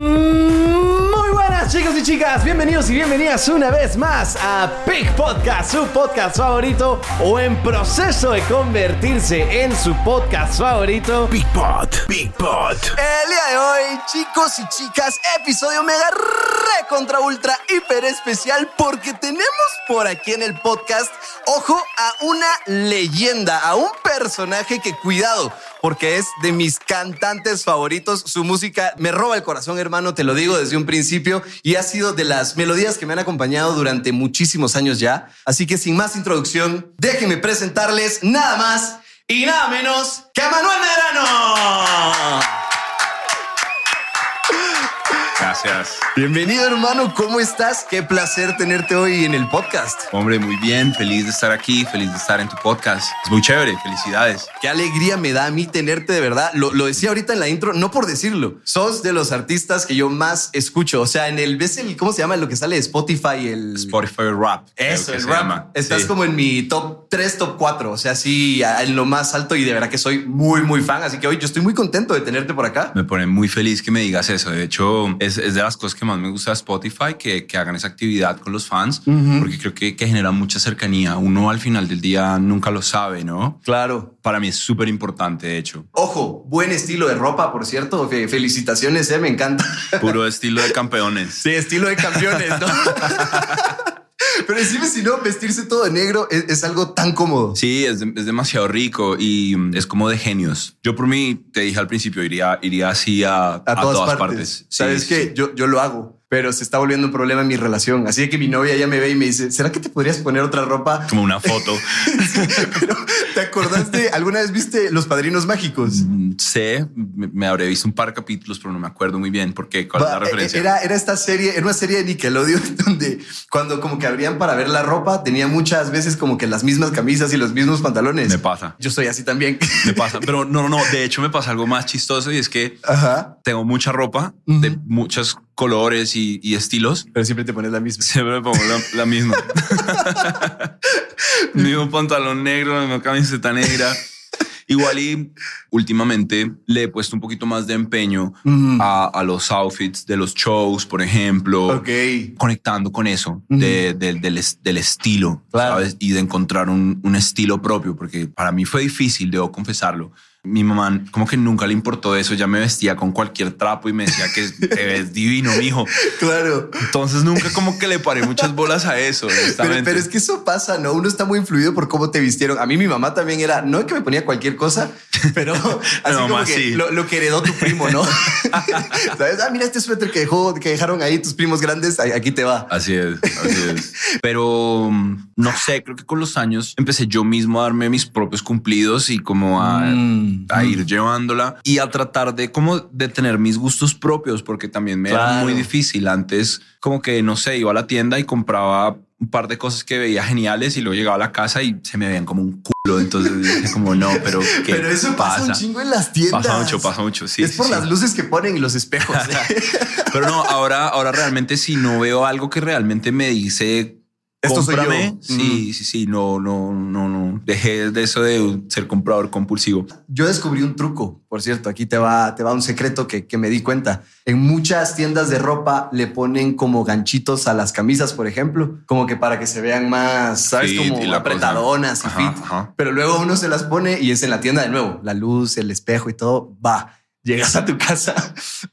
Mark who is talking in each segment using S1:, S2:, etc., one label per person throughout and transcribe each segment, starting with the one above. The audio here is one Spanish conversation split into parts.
S1: Mm, Muy buenas chicos y chicas, bienvenidos y bienvenidas una vez más a Pig Podcast, su podcast favorito o en proceso de convertirse en su podcast favorito.
S2: Big Pot, Big Pot.
S3: El día de hoy, chicos y chicas, episodio mega re contra ultra hiper especial porque tenemos por aquí en el podcast, ojo, a una leyenda, a un personaje que cuidado, porque es de mis cantantes favoritos, su música me roba el corazón, hermano, te lo digo desde un principio y ha sido de las melodías que me han acompañado durante muchísimos años ya, así que sin más introducción, déjenme presentarles nada más y nada menos que a Manuel Medrano.
S2: Gracias.
S3: Bienvenido hermano, ¿cómo estás? Qué placer tenerte hoy en el podcast.
S2: Hombre, muy bien. Feliz de estar aquí, feliz de estar en tu podcast. Es muy chévere. Felicidades.
S3: Qué alegría me da a mí tenerte de verdad. Lo, lo decía ahorita en la intro, no por decirlo. Sos de los artistas que yo más escucho. O sea, en el, ¿ves el, cómo se llama lo que sale de Spotify? El
S2: Spotify Rap. creo
S3: Mm. Eso,
S2: que
S3: el
S2: se
S3: rap.
S2: llama.
S3: Estás
S2: Sí.
S3: como en mi top 3, top 4. O sea, sí, a- en lo más alto y de verdad que soy muy, muy fan. Así que hoy yo estoy muy contento de tenerte por acá.
S2: Me pone muy feliz que me digas eso. De hecho, es, es de las cosas que más me gusta de Spotify, que, que hagan esa actividad con los fans, porque creo que, que genera mucha cercanía. Uno al final del día nunca lo sabe, ¿no?
S3: Claro.
S2: Para mí es súper importante, de hecho.
S3: Ojo, buen estilo de ropa, por cierto. Fe- Felicitaciones, eh, me encanta.
S2: Puro estilo de campeones.
S3: Sí, estilo de campeones, ¿no? Pero decime si no, vestirse todo de negro es, es algo tan cómodo.
S2: Sí, es, de- es demasiado rico y mm, es como de genios. Yo por mí, te dije al principio, iría, iría así a,
S3: A,
S2: a
S3: todas, partes.
S2: Sí,
S3: Sabes
S2: sí.
S3: que yo, yo lo hago, pero se está volviendo un problema en mi relación. Así que mi novia ya me ve y me dice, ¿será que te podrías poner otra ropa?
S2: Como una foto.
S3: pero, ¿te acordaste? ¿Alguna vez viste Los Padrinos Mágicos?
S2: Mm, sé, me, me habré visto un par de capítulos, pero no me acuerdo muy bien porque cuál es la
S3: Va, eh,
S2: referencia.
S3: Era, era esta serie, era una serie de Nickelodeon donde cuando como que abrían para ver la ropa, tenía muchas veces como que las mismas camisas y los mismos pantalones.
S2: Me pasa.
S3: Yo soy así también.
S2: Me pasa, pero no, no, no. De hecho, me pasa algo más chistoso y es que
S3: Ajá.
S2: tengo mucha ropa de muchos colores y, y estilos.
S3: Pero siempre te pones la misma.
S2: Siempre me pongo la, la misma. mismo pantalón negro, la misma camiseta negra. Igual y últimamente le he puesto un poquito más de empeño
S3: Mm.
S2: a, a los outfits de los shows, por ejemplo.
S3: Ok.
S2: Conectando con eso de- del- del, es- del estilo
S3: Claro.
S2: ¿sabes? y de encontrar un, un estilo propio, porque para mí fue difícil, debo confesarlo. Mi mamá, como que nunca le importó eso. Ya me vestía con cualquier trapo y me decía que te ves divino, mijo.
S3: Claro.
S2: Entonces nunca como que le paré muchas bolas a eso,
S3: Pero,
S2: honestamente.
S3: pero es que eso pasa, ¿no? Uno está muy influido por cómo te vistieron. A mí mi mamá también era, no es que me ponía cualquier cosa, pero así
S2: mamá,
S3: como que
S2: sí.
S3: lo, lo que heredó tu primo, ¿no? ¿Sabes? Ah, mira este suéter que, dejó, que dejaron ahí tus primos grandes, ahí- aquí te va.
S2: Así es, así es. Pero mm, no sé, creo que con los años empecé yo mismo a darme mis propios cumplidos y como a,
S3: Mm.
S2: a ir llevándola y a tratar de como de tener mis gustos propios, porque también me era
S3: Claro.
S2: muy difícil. Antes como que, no sé, iba a la tienda y compraba un par de cosas que veía geniales y luego llegaba a la casa y se me veían como un culo. Entonces dije como no, pero ¿qué
S3: Pero eso pasa? un chingo en las tiendas.
S2: Pasa mucho, pasa mucho, sí,
S3: Es
S2: sí,
S3: por
S2: sí.
S3: las luces que ponen y los espejos.
S2: Pero no, ahora, ahora realmente si no veo algo que realmente me dice
S3: Esto soy
S2: cómprame,
S3: yo.
S2: sí, sí, sí, no, no, no, no, dejé de eso de ser comprador compulsivo.
S3: Yo descubrí un truco, por cierto, aquí te va, te va un secreto que, que me di cuenta. En muchas tiendas de ropa le ponen como ganchitos a las camisas, por ejemplo, como que para que se vean más, ¿sabes?
S2: Fit y
S3: como
S2: la
S3: apretadonas
S2: cosa.
S3: y
S2: Ajá,
S3: fit.
S2: ajá.
S3: Pero luego uno se las pone y es en la tienda de nuevo. La luz, el espejo y todo, va. Llegas a tu casa.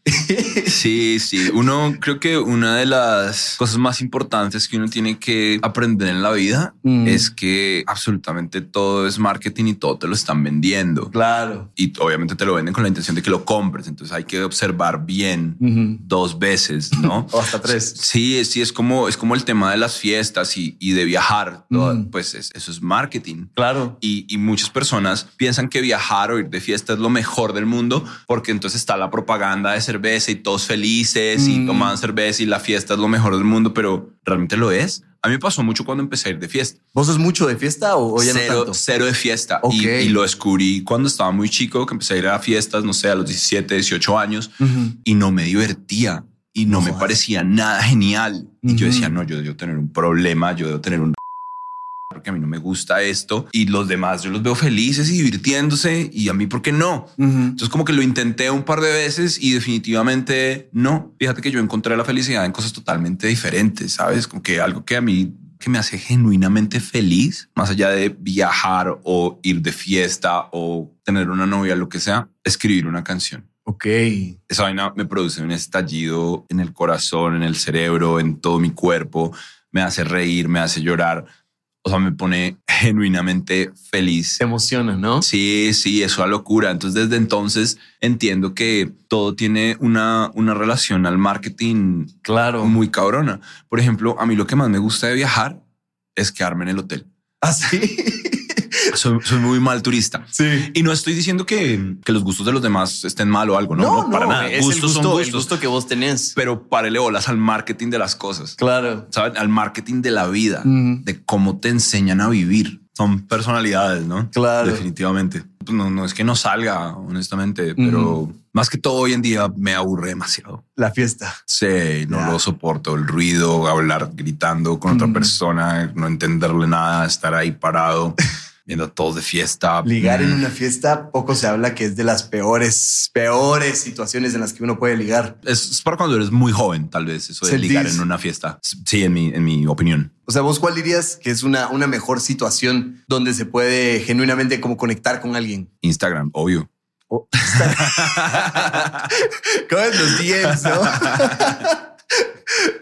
S2: Sí, sí. Uno creo que una de las cosas más importantes que uno tiene que aprender en la vida
S3: Mm.
S2: es que absolutamente todo es marketing y todo te lo están vendiendo.
S3: claro.
S2: Y obviamente te lo venden con la intención de que lo compres. Entonces hay que observar bien
S3: Ujú.
S2: dos veces, ¿no?
S3: Mm. O hasta tres.
S2: Sí, sí, es como, es como el tema de las fiestas y, y de viajar. ¿no?
S3: Mm.
S2: Pues es- eso es marketing.
S3: Claro.
S2: Y, y muchas personas piensan que viajar o ir de fiesta es lo mejor del mundo porque entonces está la propaganda de cerveza y todos felices
S3: Mm.
S2: y tomaban cerveza y la fiesta es lo mejor del mundo, pero ¿realmente lo es? A mí me pasó mucho cuando empecé a ir de fiesta.
S3: ¿Vos sos mucho de fiesta o, o ya
S2: cero,
S3: no tanto?
S2: cero de fiesta. Y-
S3: Ok.
S2: Y, lo descubrí cuando estaba muy chico, que empecé a ir a fiestas, no sé, a los 17, 18 años,
S3: Ujú.
S2: y no me divertía y no,
S3: No
S2: me
S3: jodas.
S2: parecía nada genial. Y yo
S3: Ujú.
S2: decía, no, yo debo tener un problema, yo debo tener un... Porque a mí no me gusta esto. Y los demás, yo los veo felices y divirtiéndose, y a mí, ¿por qué no?
S3: Ujú.
S2: Entonces como que lo intenté un par de veces y definitivamente no. Fíjate que yo encontré la felicidad en cosas totalmente diferentes, ¿sabes? Como que algo que a mí que me hace genuinamente feliz, más allá de viajar o ir de fiesta o tener una novia, lo que sea, escribir una canción.
S3: Ok.
S2: Esa vaina me produce un estallido en el corazón, en el cerebro, en todo mi cuerpo, me hace reír, me hace llorar, o sea, me pone genuinamente feliz
S3: Te emociona, ¿no?
S2: Sí, sí, es una locura. Entonces, desde entonces entiendo que todo tiene una, una relación al marketing
S3: Claro.
S2: muy cabrona. Por ejemplo, a mí lo que más me gusta de viajar es quedarme en el hotel.
S3: Así.
S2: Soy, soy muy mal turista.
S3: sí.
S2: Y no estoy diciendo que, que los gustos de los demás estén mal o algo, no,
S3: No,
S2: no,
S3: no,
S2: para nada.
S3: Es el,
S2: gustos
S3: gusto,
S2: son
S3: el
S2: gustos,
S3: gusto que vos tenés.
S2: pero párele bolas al marketing de las cosas,
S3: Claro.
S2: ¿saben? Al marketing de la vida,
S3: Ujú.
S2: de cómo te enseñan a vivir. Son personalidades, ¿no?
S3: Claro.
S2: Definitivamente. Pues No, no es que no salga, honestamente, pero más que todo hoy en día me aburre demasiado.
S3: La fiesta.
S2: Sí, no
S3: Ya.
S2: lo soporto. El ruido, hablar gritando con otra
S3: Mm.
S2: persona, no entenderle nada, estar ahí parado, viendo a todos de fiesta.
S3: Ligar en
S2: Mm.
S3: una fiesta, poco se habla que es de las peores, peores situaciones en las que uno puede ligar.
S2: Es es para cuando eres muy joven, tal vez, eso de
S3: ¿Sentís?
S2: ligar en una fiesta. Sí, en mi, en mi opinión.
S3: O sea, ¿vos cuál dirías que es una, una mejor situación donde se puede genuinamente como conectar con alguien?
S2: Instagram, obvio.
S3: Como en los DMs, ¿no?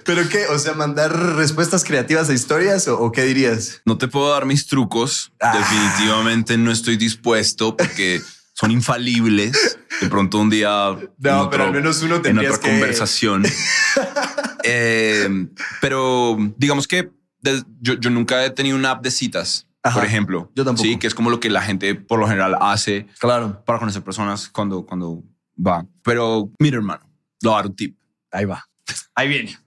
S3: ¿Pero qué? O sea, ¿mandar respuestas creativas a historias o, o qué dirías?
S2: No te puedo dar mis trucos.
S3: Ah.
S2: Definitivamente no estoy dispuesto porque son infalibles. De pronto un día. en
S3: No,
S2: otro-
S3: pero al menos uno
S2: en
S3: tendrías que...
S2: otra conversación. Eh, pero digamos que des- yo, yo nunca he tenido una app de citas,
S3: Ajá.
S2: por ejemplo.
S3: Yo tampoco.
S2: Sí, que es como lo que la gente por lo general hace
S3: Claro,
S2: para conocer personas cuando, cuando va. Pero mira, hermano, lo voy a dar un tip.
S3: ahí va. Ahí viene.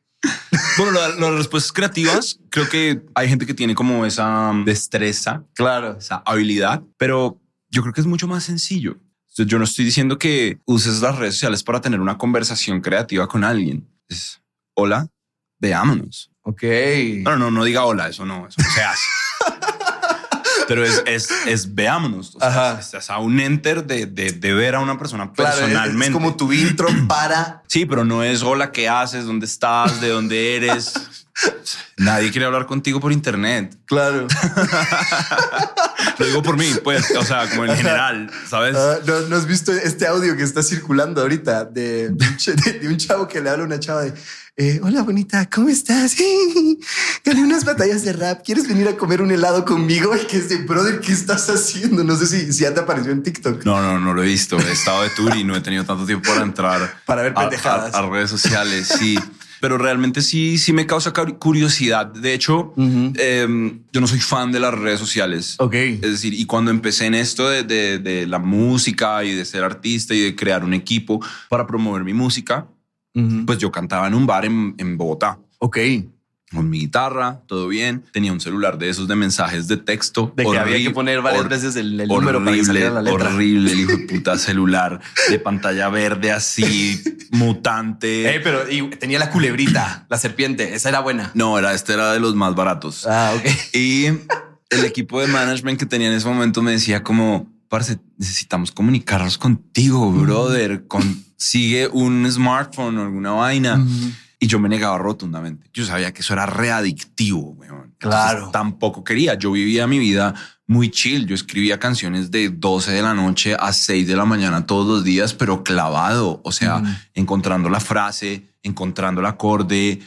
S2: Bueno, lo- las respuestas creativas, creo que hay gente que tiene como esa um, destreza
S3: Claro.
S2: esa habilidad, pero yo creo que es mucho más sencillo. Entonces, Yo no estoy diciendo que uses las redes sociales para tener una conversación creativa con alguien. Es hola, veámonos.
S3: Ok.
S2: No, no, no diga hola, eso no, eso no se hace. Pero es, es, es veámonos. O sea,
S3: Ajá.
S2: es- es a un enter de, de- de ver a una persona
S3: Claro, es-
S2: personalmente.
S3: Es, como tu intro para...
S2: Sí, pero no es hola, ¿qué haces? ¿Dónde estás? ¿De dónde eres? Nadie quiere hablar contigo por internet.
S3: Claro.
S2: Lo digo por mí, pues, o sea, como en general, ¿sabes?
S3: Ah, ¿no, no has visto este audio que está circulando ahorita de, de un ch- de- de un chavo que le habla a una chava de eh, hola bonita, ¿cómo estás? Gané unas batallas de rap. ¿Quieres venir a comer un helado conmigo? Y que es de brother, ¿qué estás haciendo? No sé si, si ya te apareció en TikTok
S2: No, no, no lo he visto. He estado de tour y no he tenido tanto tiempo para entrar
S3: para ver
S2: a,
S3: pendejadas.
S2: a- a redes sociales. Sí, pero realmente sí, sí me causa cari- curiosidad. De hecho,
S3: Ujú.
S2: eh, yo no soy fan de las redes sociales.
S3: ok.
S2: Es decir, y cuando empecé en esto de, de- de la música y de ser artista y de crear un equipo para promover mi música,
S3: Ujú.
S2: pues yo cantaba en un bar en, en Bogotá
S3: ok.
S2: con mi guitarra, todo bien. Tenía un celular de esos de mensajes de texto.
S3: De que había que
S2: Horri-
S3: poner varias
S2: hor-
S3: veces el, el número para que saliera la letra.
S2: horrible el hijo de puta celular de pantalla verde así, mutante.
S3: Eh, pero y tenía la culebrita, la serpiente. Esa era buena.
S2: No, era este era de los más baratos.
S3: Ah, ok.
S2: Y el equipo de management que tenía en ese momento me decía como, parce, necesitamos comunicarnos contigo,
S3: Mm.
S2: brother. Consigue un smartphone o alguna vaina.
S3: Mm.
S2: Y yo me negaba rotundamente. Yo sabía que eso era readictivo. weón. Entonces,
S3: Claro.
S2: tampoco quería. Yo vivía mi vida muy chill. Yo escribía canciones de 12 de la noche a 6 de la mañana todos los días, pero clavado. O sea,
S3: Ujú.
S2: encontrando la frase, encontrando el acorde,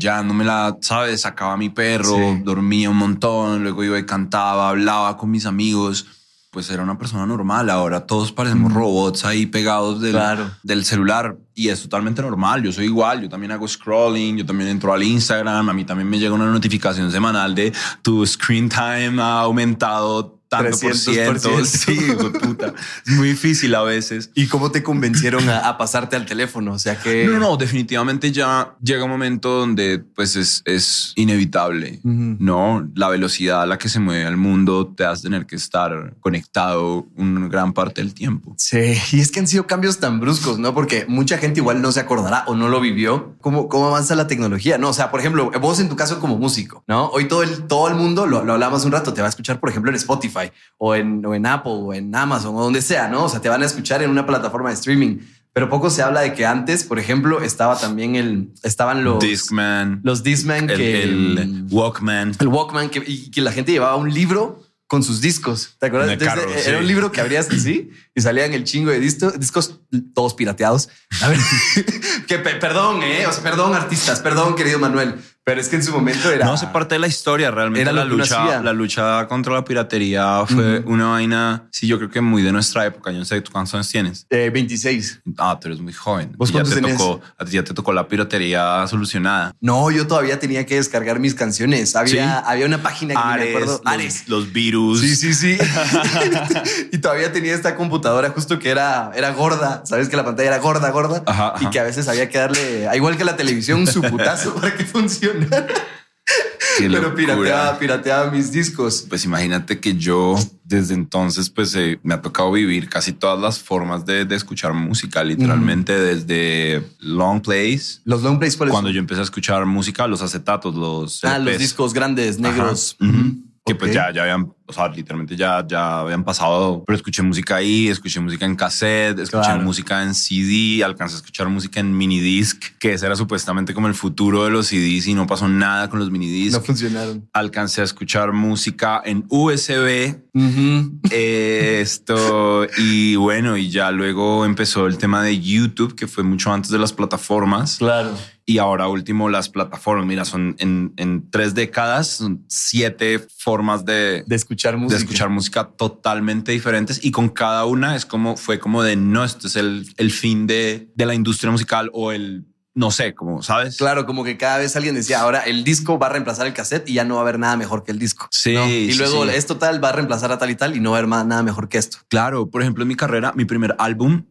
S2: sollándomela, ¿sabes? Sacaba a mi perro,
S3: Sí.
S2: dormía un montón, luego iba y cantaba, hablaba con mis amigos. Pues era una persona normal. Ahora todos parecemos
S3: Ujú.
S2: robots ahí pegados del,
S3: Claro.
S2: del celular y es totalmente normal. Yo soy igual, yo también hago scrolling, yo también entro al Instagram, a mí también me llega una notificación semanal de tu screen time ha aumentado tanto por ciento.
S3: 300%.
S2: Sí, hijo de puta. Es muy difícil a veces.
S3: ¿Y cómo te convencieron a, a pasarte al teléfono? O sea que...
S2: No, no, definitivamente ya llega un momento donde pues es, es inevitable,
S3: Ujú.
S2: ¿no? La velocidad a la que se mueve el mundo te hace tener que estar conectado una gran parte del tiempo.
S3: Sí, y es que han sido cambios tan bruscos, ¿no? Porque mucha gente igual no se acordará o no lo vivió. ¿Cómo, cómo avanza la tecnología? No, o sea, por ejemplo, vos en tu caso como músico, ¿no? Hoy todo el, todo el mundo, lo, lo hablamos un rato, te va a escuchar, por ejemplo, en Spotify o en, o en Apple o en Amazon o donde sea, ¿no? O sea, te van a escuchar en una plataforma de streaming. Pero poco se habla de que antes, por ejemplo, estaba también el... Estaban los...
S2: Discman,
S3: Los Discman
S2: el,
S3: que...
S2: el Walkman.
S3: el Walkman que, y que la gente llevaba un libro con sus discos. ¿Te acuerdas?
S2: En el carro,
S3: Entonces, eh,
S2: sí.
S3: Era un libro que abrías así y salían el chingo de disco- discos todos pirateados. A ver, que pe- perdón, eh, o sea, perdón artistas, perdón querido Manuel, pero es que en su momento era
S2: No hace parte de la historia realmente.
S3: Era lo
S2: la
S3: que uno hacía.
S2: lucha, la lucha contra la piratería fue
S3: Ujú.
S2: una vaina. Sí, yo creo que muy de nuestra época. Yo no sé, ¿tú cuántos años tienes?
S3: eh, 26.
S2: Ah, tú eres muy joven.
S3: ¿Vos
S2: Y ya
S3: cuántos
S2: te
S3: tenías?
S2: tocó, a ti ya te tocó la piratería solucionada.
S3: No, yo todavía tenía que descargar mis canciones. Había,
S2: Sí.
S3: había una página que ni me acuerdo.
S2: los- Los, virus.
S3: Sí, sí, sí. y todavía tenía esta computadora justo que era, era gorda. Sabes que la pantalla era gorda, gorda.
S2: Ajá,
S3: y
S2: ajá.
S3: que a veces había que darle, ah, igual que la televisión, su putazo para que funcionara.
S2: Qué
S3: Pero
S2: locura.
S3: pirateaba, pirateaba mis discos.
S2: Pues imagínate que yo desde entonces pues eh, me ha tocado vivir casi todas las formas de, de escuchar música, literalmente desde long plays.
S3: Los long plays, ¿cuáles
S2: Cuando
S3: son?
S2: yo empecé a escuchar música, los acetatos, los
S3: Ah, los
S2: LPs.
S3: discos grandes, negros.
S2: E Ajá. Ujú. Que pues
S3: Ok.
S2: ya, ya habían, o sea, literalmente ya, ya habían pasado, pero escuché música ahí, escuché música en cassette, escuché
S3: Claro.
S2: música en CD, alcancé a escuchar música en minidisc, que ese era supuestamente como el futuro de los CDs y no pasó nada con los minidisc.
S3: No funcionaron.
S2: alcancé a escuchar música en USB.
S3: Ujú.
S2: eh, esto y bueno, y ya luego empezó el tema de YouTube, que fue mucho antes de las plataformas.
S3: Claro.
S2: Y ahora último, las plataformas. Mira, son en, en tres décadas, son siete formas de,
S3: De escuchar
S2: de
S3: música.
S2: escuchar música totalmente diferentes y con cada una es como fue como de no, esto es el, el fin de, de la industria musical o el no sé, como sabes.
S3: Claro, como que cada vez alguien decía, ahora el disco va a reemplazar el cassette y ya no va a haber nada mejor que el disco.
S2: Sí,
S3: ¿no? Y
S2: sí,
S3: luego
S2: sí.
S3: esto tal va a reemplazar a tal y tal y no va a haber ma- nada mejor que esto.
S2: Claro, por ejemplo, en mi carrera, mi primer álbum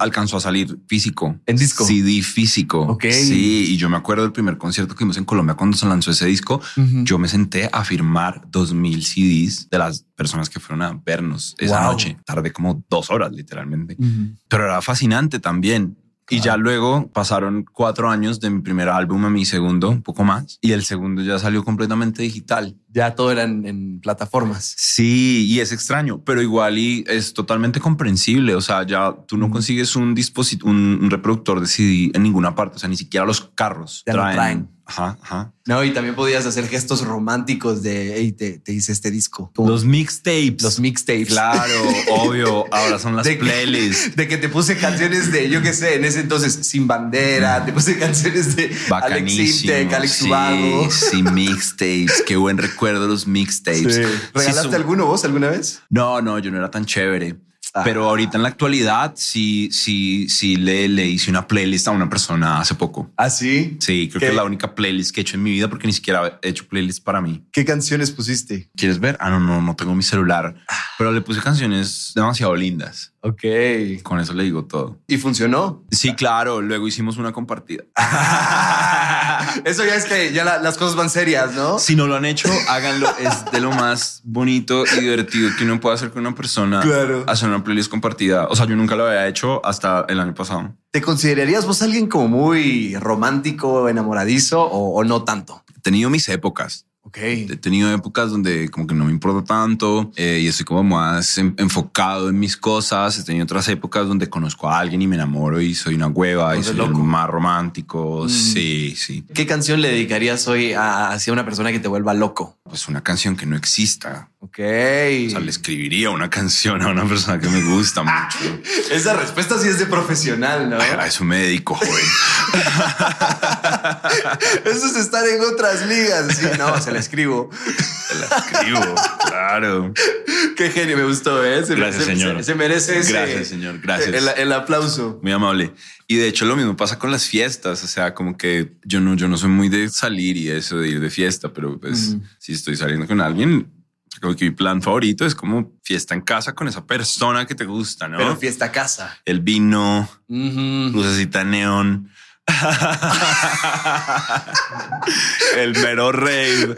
S2: alcanzó a salir físico.
S3: ¿En disco?
S2: CD físico.
S3: Ok.
S2: Sí, y yo me acuerdo del primer concierto que vimos en Colombia cuando se lanzó ese disco.
S3: Ujú.
S2: Yo me senté a firmar 2000 CDs de las personas que fueron a vernos esa
S3: Wow.
S2: noche. Tardé como dos horas literalmente,
S3: Ujú.
S2: pero era fascinante también. Y ya luego pasaron cuatro años de mi primer álbum a mi segundo, un poco más, y el segundo ya salió completamente digital.
S3: Ya todo era en, en plataformas.
S2: Sí, y es extraño, pero igual y es totalmente comprensible. O sea, ya tú no consigues un dispositivo, un, un reproductor de CD en ninguna parte. O sea, ni siquiera los carros
S3: Ya lo traen.
S2: Ajá, ajá.
S3: No, y también podías hacer gestos románticos de, hey, te, te hice este disco. Como
S2: Los mixtapes.
S3: los mixtapes.
S2: Claro, obvio. Ahora son las
S3: De-
S2: playlists.
S3: De que te puse canciones de, yo qué sé, en ese entonces, Sin Bandera, te puse canciones de Alex
S2: Bacanísimo.
S3: Intec, Alex
S2: sí,
S3: Ubago.
S2: sí, mixtapes. Qué buen recuerdo los mixtapes. Sí,
S3: ¿Regalaste
S2: son-
S3: alguno vos alguna vez?
S2: No, no, yo no era tan chévere.
S3: Ah.
S2: Pero ahorita en la actualidad sí, sí, sí le, le hice una playlist a una persona hace poco.
S3: ¿Ah, sí?
S2: Sí, creo
S3: ¿Qué?
S2: que es la única playlist que he hecho en mi vida porque ni siquiera he hecho playlist para mí.
S3: ¿Qué canciones pusiste?
S2: ¿Quieres ver? Ah, no, no, no tengo mi celular, pero le puse canciones demasiado lindas.
S3: Ok.
S2: Con eso le digo todo.
S3: ¿Y funcionó?
S2: Sí, claro. Luego hicimos una compartida.
S3: Eso ya es que ya la- las cosas van serias, ¿no?
S2: Si no lo han hecho, háganlo. Es de lo más bonito y divertido que uno puede hacer con una persona.
S3: Claro.
S2: Hacer una playlist compartida. O sea, yo nunca lo había hecho hasta el año pasado.
S3: ¿Te considerarías vos alguien como muy romántico, enamoradizo o, o no tanto?
S2: He tenido mis épocas.
S3: Ok.
S2: He tenido épocas donde como que no me importa tanto eh, y estoy como más en- enfocado en mis cosas. He tenido otras épocas donde conozco a alguien y me enamoro y soy una hueva y
S3: Entonces,
S2: soy
S3: loco. Mm.
S2: el más romántico. Sí, sí.
S3: ¿Qué canción le dedicarías hoy a, hacia una persona que te vuelva loco?
S2: Pues una canción que no exista.
S3: Ok.
S2: O sea, le escribiría una canción a una persona que me gusta mucho.
S3: Esa respuesta sí es de profesional, ¿no?
S2: A eso me dedico, joven.
S3: Eso es estar en otras ligas. Sí, no, se la escribo.
S2: Te la escribo. Claro.
S3: Qué genio, me gustó, ¿eh? Se,
S2: Gracias,
S3: se-
S2: señor.
S3: Se, se merece ese-
S2: Gracias, señor. Gracias.
S3: El, el aplauso.
S2: Muy amable. Y de hecho lo mismo pasa con las fiestas, o sea, como que yo no, yo no soy muy de salir y eso de ir de fiesta, pero pues
S3: Ujú.
S2: si estoy saliendo con alguien, Como que mi plan favorito es como fiesta en casa con esa persona que te gusta, ¿no?
S3: Pero fiesta a casa.
S2: El vino,
S3: Ujú.
S2: lucecita neón. el mero rave.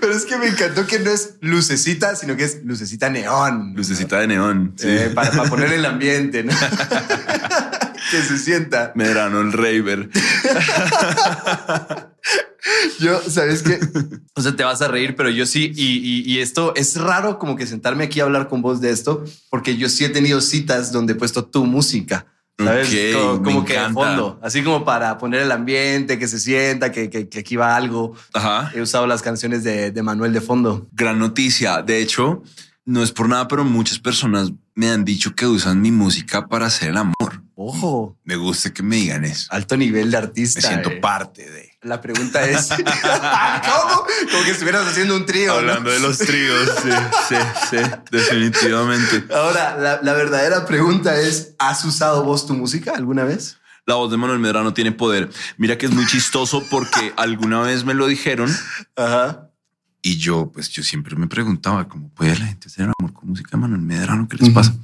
S3: Pero es que me encantó que no es lucecita, sino que es lucecita neón.
S2: Lucecita de neón. sí.
S3: Eh, para, para poner el ambiente, ¿no? que se sienta.
S2: Medrano el raver.
S3: Yo, ¿sabes qué? O sea, te vas a reír, pero yo sí, y, y- y esto es raro como que sentarme aquí a hablar con vos de esto, porque yo sí he tenido citas donde he puesto tu música. ¿Sabes?
S2: Ok,
S3: como
S2: me
S3: como que de
S2: encanta.
S3: fondo, así como para poner el ambiente, que se sienta, que, que, que aquí va algo.
S2: Ajá.
S3: He usado las canciones de, de Manuel de fondo.
S2: Gran noticia. De hecho, no es por nada, pero muchas personas me han dicho que usan mi música para hacer el amor.
S3: Ojo,
S2: Me gusta que me digan eso.
S3: alto nivel de
S2: Me
S3: artista.
S2: siento
S3: eh.
S2: parte de.
S3: La pregunta es, ¿cómo? Como que estuvieras haciendo un trío. ¿no?
S2: Hablando de los tríos, sí, sí, sí, definitivamente.
S3: Ahora, la, la verdadera pregunta es, ¿has usado vos tu música alguna vez?
S2: La voz de Manuel Medrano tiene poder. Mira que es muy chistoso porque alguna vez me lo dijeron
S3: Ajá.
S2: y yo, pues yo siempre me preguntaba cómo puede la gente hacer amor con música de Manuel Medrano, ¿qué les pasa?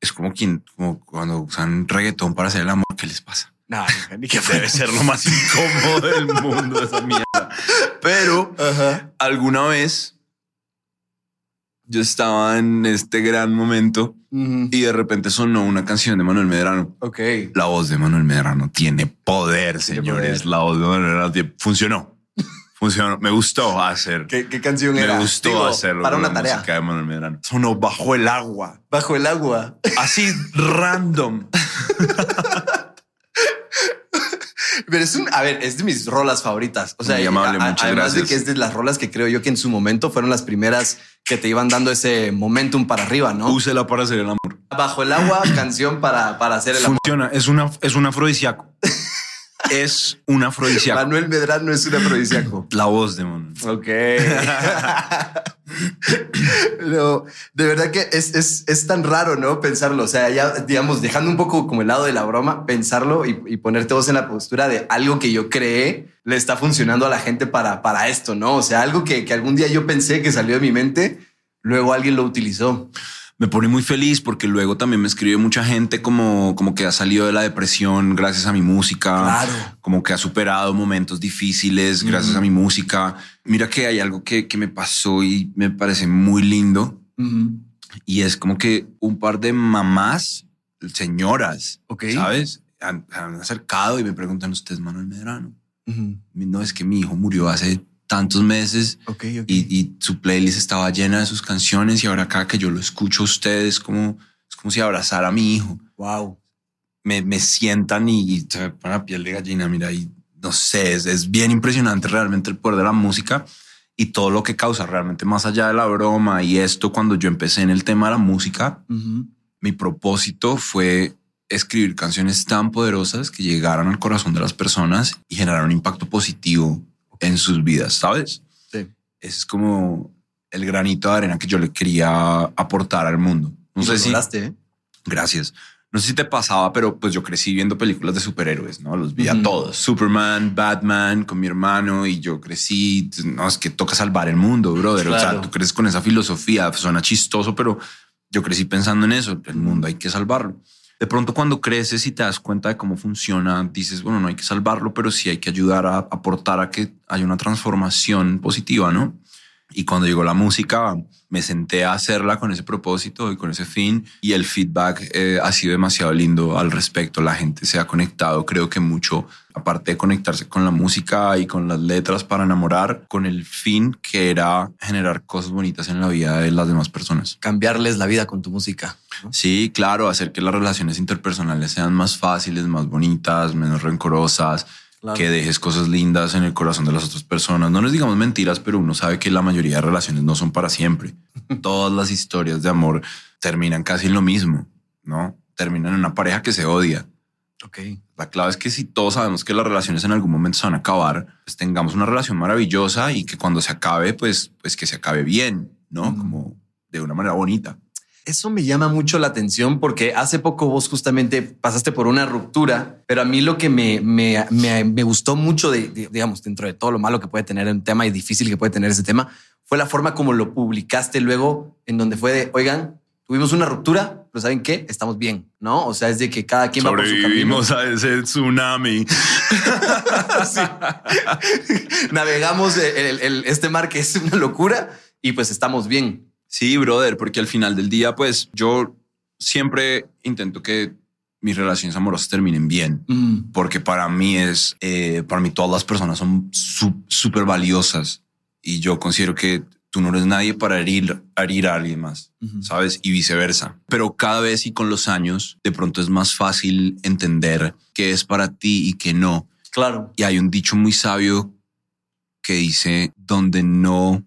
S2: Es como quien, como cuando usan reggaetón para hacer el amor, ¿qué les pasa?
S3: No, ni que
S2: Debe ser lo más incómodo del mundo esa mierda. Pero
S3: Ajá.
S2: alguna vez yo estaba en este gran momento
S3: Ujú.
S2: y de repente sonó una canción de Manuel Medrano.
S3: Ok.
S2: La voz de Manuel Medrano tiene poder,
S3: Tiene
S2: señores.
S3: poder.
S2: La voz de Manuel Medrano tiene- funcionó. Funcionó. Me gustó hacer.
S3: ¿Qué, qué canción era?
S2: Me gustó
S3: Digo,
S2: hacerlo
S3: Para
S2: con
S3: una
S2: la
S3: tarea.
S2: música de Manuel Medrano. Sonó bajo el agua.
S3: Bajo el agua.
S2: Así random.
S3: Pero es un, a ver, es de mis rolas favoritas. O sea,
S2: Muy amable,
S3: a- a-
S2: muchas
S3: además de
S2: gracias.
S3: que es de las rolas que creo yo que en su momento fueron las primeras que te iban dando ese momentum para arriba, ¿no?
S2: Úsela para hacer el amor.
S3: Bajo el agua, canción para, para hacer el amor.
S2: Funciona. Es, una, es un afrodisíaco. es un afrodisíaco.
S3: Manuel Medrano es un afrodisíaco.
S2: La voz de Manuel.
S3: Ok. Pero de verdad que es, es, es tan raro, ¿no? Pensarlo. O sea, ya, digamos, dejando un poco como el lado de la broma, pensarlo y, y ponerte vos en la postura de algo que yo creé le está funcionando a la gente para, para esto, ¿no? O sea, algo que, que algún día yo pensé que salió de mi mente, luego alguien lo utilizó.
S2: me pone muy feliz porque luego también me escribe mucha gente como, como que ha salido de la depresión gracias a mi música.
S3: Claro.
S2: Como que ha superado momentos difíciles gracias
S3: Ujú.
S2: a mi música. Mira que hay algo que, que me pasó y me parece muy lindo.
S3: Ujú.
S2: Y es como que un par de mamás, señoras,
S3: Ok.
S2: ¿sabes? Han, han acercado y me preguntan, ¿usted es Manuel Medrano?
S3: Ujú.
S2: No, es que mi hijo murió hace tantos meses
S3: Ok, ok.
S2: y, y su playlist estaba llena de sus canciones y ahora cada que yo lo escucho a ustedes como es como si abrazara a mi hijo
S3: wow.
S2: me, me sientan y, y se me pone la piel de gallina mira y no sé es, es bien impresionante realmente el poder de la música y todo lo que causa realmente más allá de la broma y esto cuando yo empecé en el tema de la música
S3: Ujú.
S2: mi propósito fue escribir canciones tan poderosas que llegaran al corazón de las personas y generaran un impacto positivo en sus vidas, ¿sabes?
S3: Sí.
S2: Ese es como el granito de arena que yo le quería aportar al mundo. No
S3: Y
S2: sé
S3: lo
S2: si...
S3: lograste, ¿eh?
S2: Gracias. No sé si te pasaba, pero pues yo crecí viendo películas de superhéroes, ¿no? Los vi
S3: Ujú.
S2: a todos. Superman, Batman, con mi hermano y yo crecí. pues, No, es que toca salvar el mundo, brother. O
S3: Claro.
S2: sea, tú crees con esa filosofía, suena chistoso, pero yo crecí pensando en eso. El mundo hay que salvarlo. De pronto cuando creces y te das cuenta de cómo funciona, dices, bueno, no hay que salvarlo, pero sí hay que ayudar a aportar a que haya una transformación positiva, ¿no? Y cuando llegó la música, me senté a hacerla con ese propósito y con ese fin. Y el feedback eh, ha sido demasiado lindo al respecto. La gente se ha conectado, creo que mucho, aparte de conectarse con la música y con las letras para enamorar, con el fin que era generar cosas bonitas en la vida de las demás personas.
S3: Cambiarles la vida con tu música. ¿no?
S2: Sí, claro, hacer que las relaciones interpersonales sean más fáciles, más bonitas, menos rencorosas,
S3: Claro.
S2: que dejes cosas lindas en el corazón de las otras personas. No les digamos mentiras, pero uno sabe que la mayoría de relaciones no son para siempre. Todas las historias de amor terminan casi en lo mismo, ¿no? Terminan en una pareja que se odia.
S3: Ok.
S2: La clave es que si todos sabemos que las relaciones en algún momento se van a acabar, pues tengamos una relación maravillosa y que cuando se acabe, pues, pues que se acabe bien, ¿no?
S3: Mm.
S2: Como de una manera bonita.
S3: eso me llama mucho la atención porque hace poco vos justamente pasaste por una ruptura, pero a mí lo que me, me, me, me gustó mucho, de, de- digamos, dentro de todo lo malo que puede tener un tema y difícil que puede tener ese tema, fue la forma como lo publicaste luego, en donde fue de, oigan, tuvimos una ruptura, pero ¿saben qué? Estamos bien, ¿no? O sea, es de que cada quien va por su camino.
S2: Sobrevivimos a ese tsunami.
S3: Navegamos el- el- el- este mar que es una locura y pues estamos bien.
S2: Sí, brother, porque al final del día, pues yo siempre intento que mis relaciones amorosas terminen bien.
S3: Mm.
S2: porque para mí es, eh, para mí todas las personas son su- súper valiosas y yo considero que tú no eres nadie para herir, herir a alguien más,
S3: Ujú.
S2: ¿sabes? Y viceversa. Pero cada vez y con los años, de pronto es más fácil entender qué es para ti y qué no.
S3: Claro.
S2: Y hay un dicho muy sabio que dice, donde no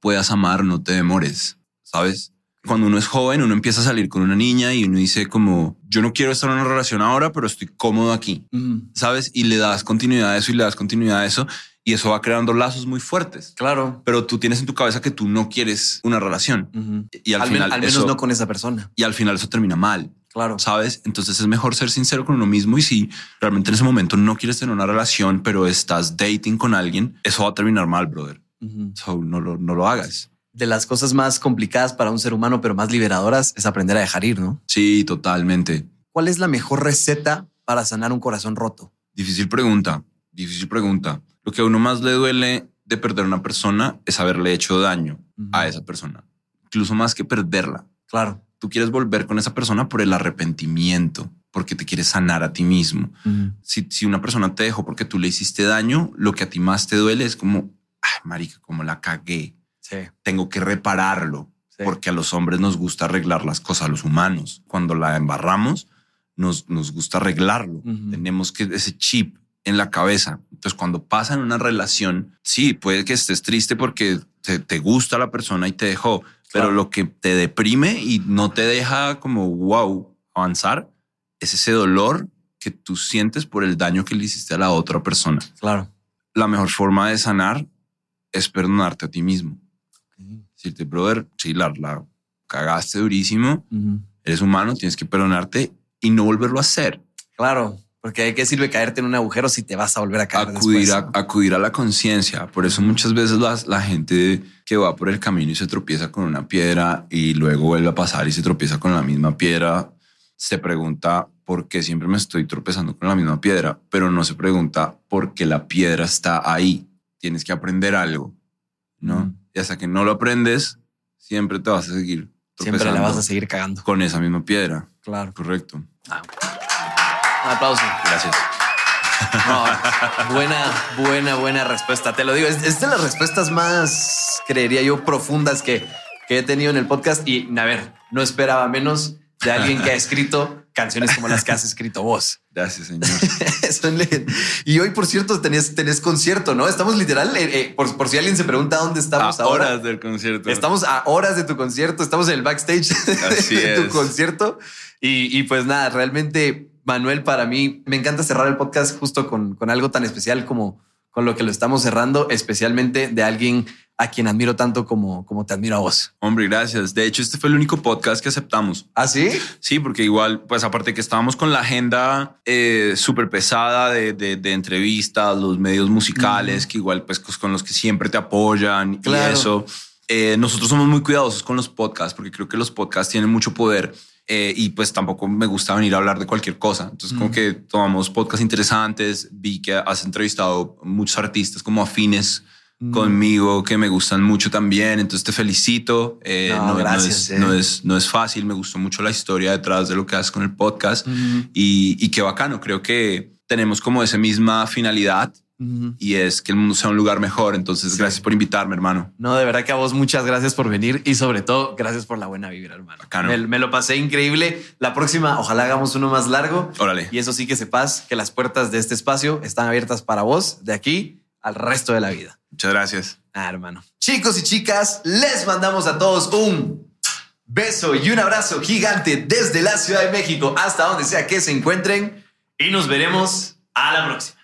S2: puedas amar, no te demores, ¿sabes? Cuando uno es joven, uno empieza a salir con una niña y uno dice como, yo no quiero estar en una relación ahora, pero estoy cómodo aquí.
S3: Mm.
S2: ¿sabes? Y le das continuidad a eso y le das continuidad a eso y eso va creando lazos muy fuertes.
S3: Claro.
S2: Pero tú tienes en tu cabeza que tú no quieres una relación
S3: Ujú.
S2: y al,
S3: Al men-
S2: final
S3: al menos
S2: eso,
S3: no con esa persona.
S2: y al final eso termina mal,
S3: Claro.
S2: ¿sabes? Entonces es mejor ser sincero con uno mismo y si realmente en ese momento no quieres tener una relación, pero estás dating con alguien, eso va a terminar mal, brother.
S3: Ujú.
S2: So, no lo, no lo hagas.
S3: De las cosas más complicadas para un ser humano, pero más liberadoras, es aprender a dejar ir, ¿no?
S2: Sí, totalmente.
S3: ¿Cuál es la mejor receta para sanar un corazón roto?
S2: Difícil pregunta, difícil pregunta. Lo que a uno más le duele de perder a una persona es haberle hecho daño
S3: Ujú.
S2: a esa persona, incluso más que perderla.
S3: Claro.
S2: Tú quieres volver con esa persona por el arrepentimiento, porque te quieres sanar a ti mismo. Si, si una persona te dejó porque tú le hiciste daño, lo que a ti más te duele es como, ay, marica, como la cagué.
S3: Sí.
S2: Tengo que repararlo,
S3: Sí.
S2: porque a los hombres nos gusta arreglar las cosas, a los humanos. Cuando la embarramos, nos, nos gusta arreglarlo.
S3: Ujú.
S2: Tenemos que ese chip en la cabeza. Entonces, cuando pasa en una relación, sí, puede que estés triste porque te, te gusta la persona y te dejó, pero
S3: Claro.
S2: lo que te deprime y no te deja como wow avanzar es ese dolor que tú sientes por el daño que le hiciste a la otra persona.
S3: Claro.
S2: La mejor forma de sanar es perdonarte a ti mismo. Decirte, brother, sí, la, la cagaste durísimo,
S3: Ujú.
S2: eres humano, tienes que perdonarte y no volverlo a hacer.
S3: Claro. Porque ¿de qué sirve caerte en un agujero si te vas a volver a caer
S2: acudir a,
S3: después?
S2: acudir a la conciencia. Por eso muchas veces las- la gente que va por el camino y se tropieza con una piedra y luego vuelve a pasar y se tropieza con la misma piedra, se pregunta por qué siempre me estoy tropezando con la misma piedra, pero no se pregunta por qué la piedra está ahí. Tienes que aprender algo, ¿no?
S3: Mm.
S2: Y hasta que no lo aprendes, siempre te vas a seguir
S3: Siempre la vas a
S2: tropezando
S3: seguir cagando.
S2: con esa misma piedra.
S3: Claro.
S2: Correcto.
S3: Un aplauso.
S2: Gracias.
S3: No, buena, buena, buena respuesta. Te lo digo, es, es de las respuestas más, creería yo, profundas que, que he tenido en el podcast. Y a ver, no esperaba menos de alguien que ha escrito canciones como las que has escrito vos.
S2: Gracias, señor.
S3: Son le- y hoy, por cierto, tenés, tenés concierto, ¿no? Estamos literal, eh, eh, por, por si alguien se pregunta dónde estamos
S2: a
S3: ahora.
S2: horas del concierto.
S3: Estamos a horas de tu concierto, estamos en el backstage de,
S2: Así
S3: de tu
S2: es.
S3: concierto. Y, y pues nada, realmente, Manuel, para mí me encanta cerrar el podcast justo con, con algo tan especial como con lo que lo estamos cerrando, especialmente de alguien a quien admiro tanto como, como te admiro a vos.
S2: Hombre, gracias. De hecho, este fue el único podcast que aceptamos.
S3: ¿Ah, sí?
S2: Sí, porque igual, pues aparte que estábamos con la agenda eh, súper pesada de, de- de entrevistas, los medios musicales, que igual pues cos- con los que siempre te apoyan
S3: Claro.
S2: y eso. Eh, nosotros somos muy cuidadosos con los podcasts porque creo que los podcasts tienen mucho poder eh, y pues tampoco me gusta venir a hablar de cualquier cosa. Entonces como que tomamos podcasts interesantes, vi que has entrevistado muchos artistas como afines conmigo que me gustan mucho también, entonces te felicito. Eh,
S3: No, gracias,
S2: es-
S3: eh.
S2: no es, no es fácil. Me gustó mucho la historia detrás de lo que haces con el podcast y, y qué bacano. Creo que tenemos como esa misma finalidad y es que el mundo sea un lugar mejor. Entonces, gracias por invitarme, hermano.
S3: No, de verdad que a vos muchas gracias por venir y sobre todo gracias por la buena vibra, hermano.
S2: Bacano.
S3: Me, me lo pasé increíble. La próxima, ojalá hagamos uno más largo.
S2: Órale.
S3: Y eso sí que sepas que las puertas de este espacio están abiertas para vos de aquí al resto de la vida.
S2: Muchas gracias.
S3: Ah, hermano. Chicos y chicas, les mandamos a todos un beso y un abrazo gigante desde la Ciudad de México hasta donde sea que se encuentren y nos veremos a la próxima.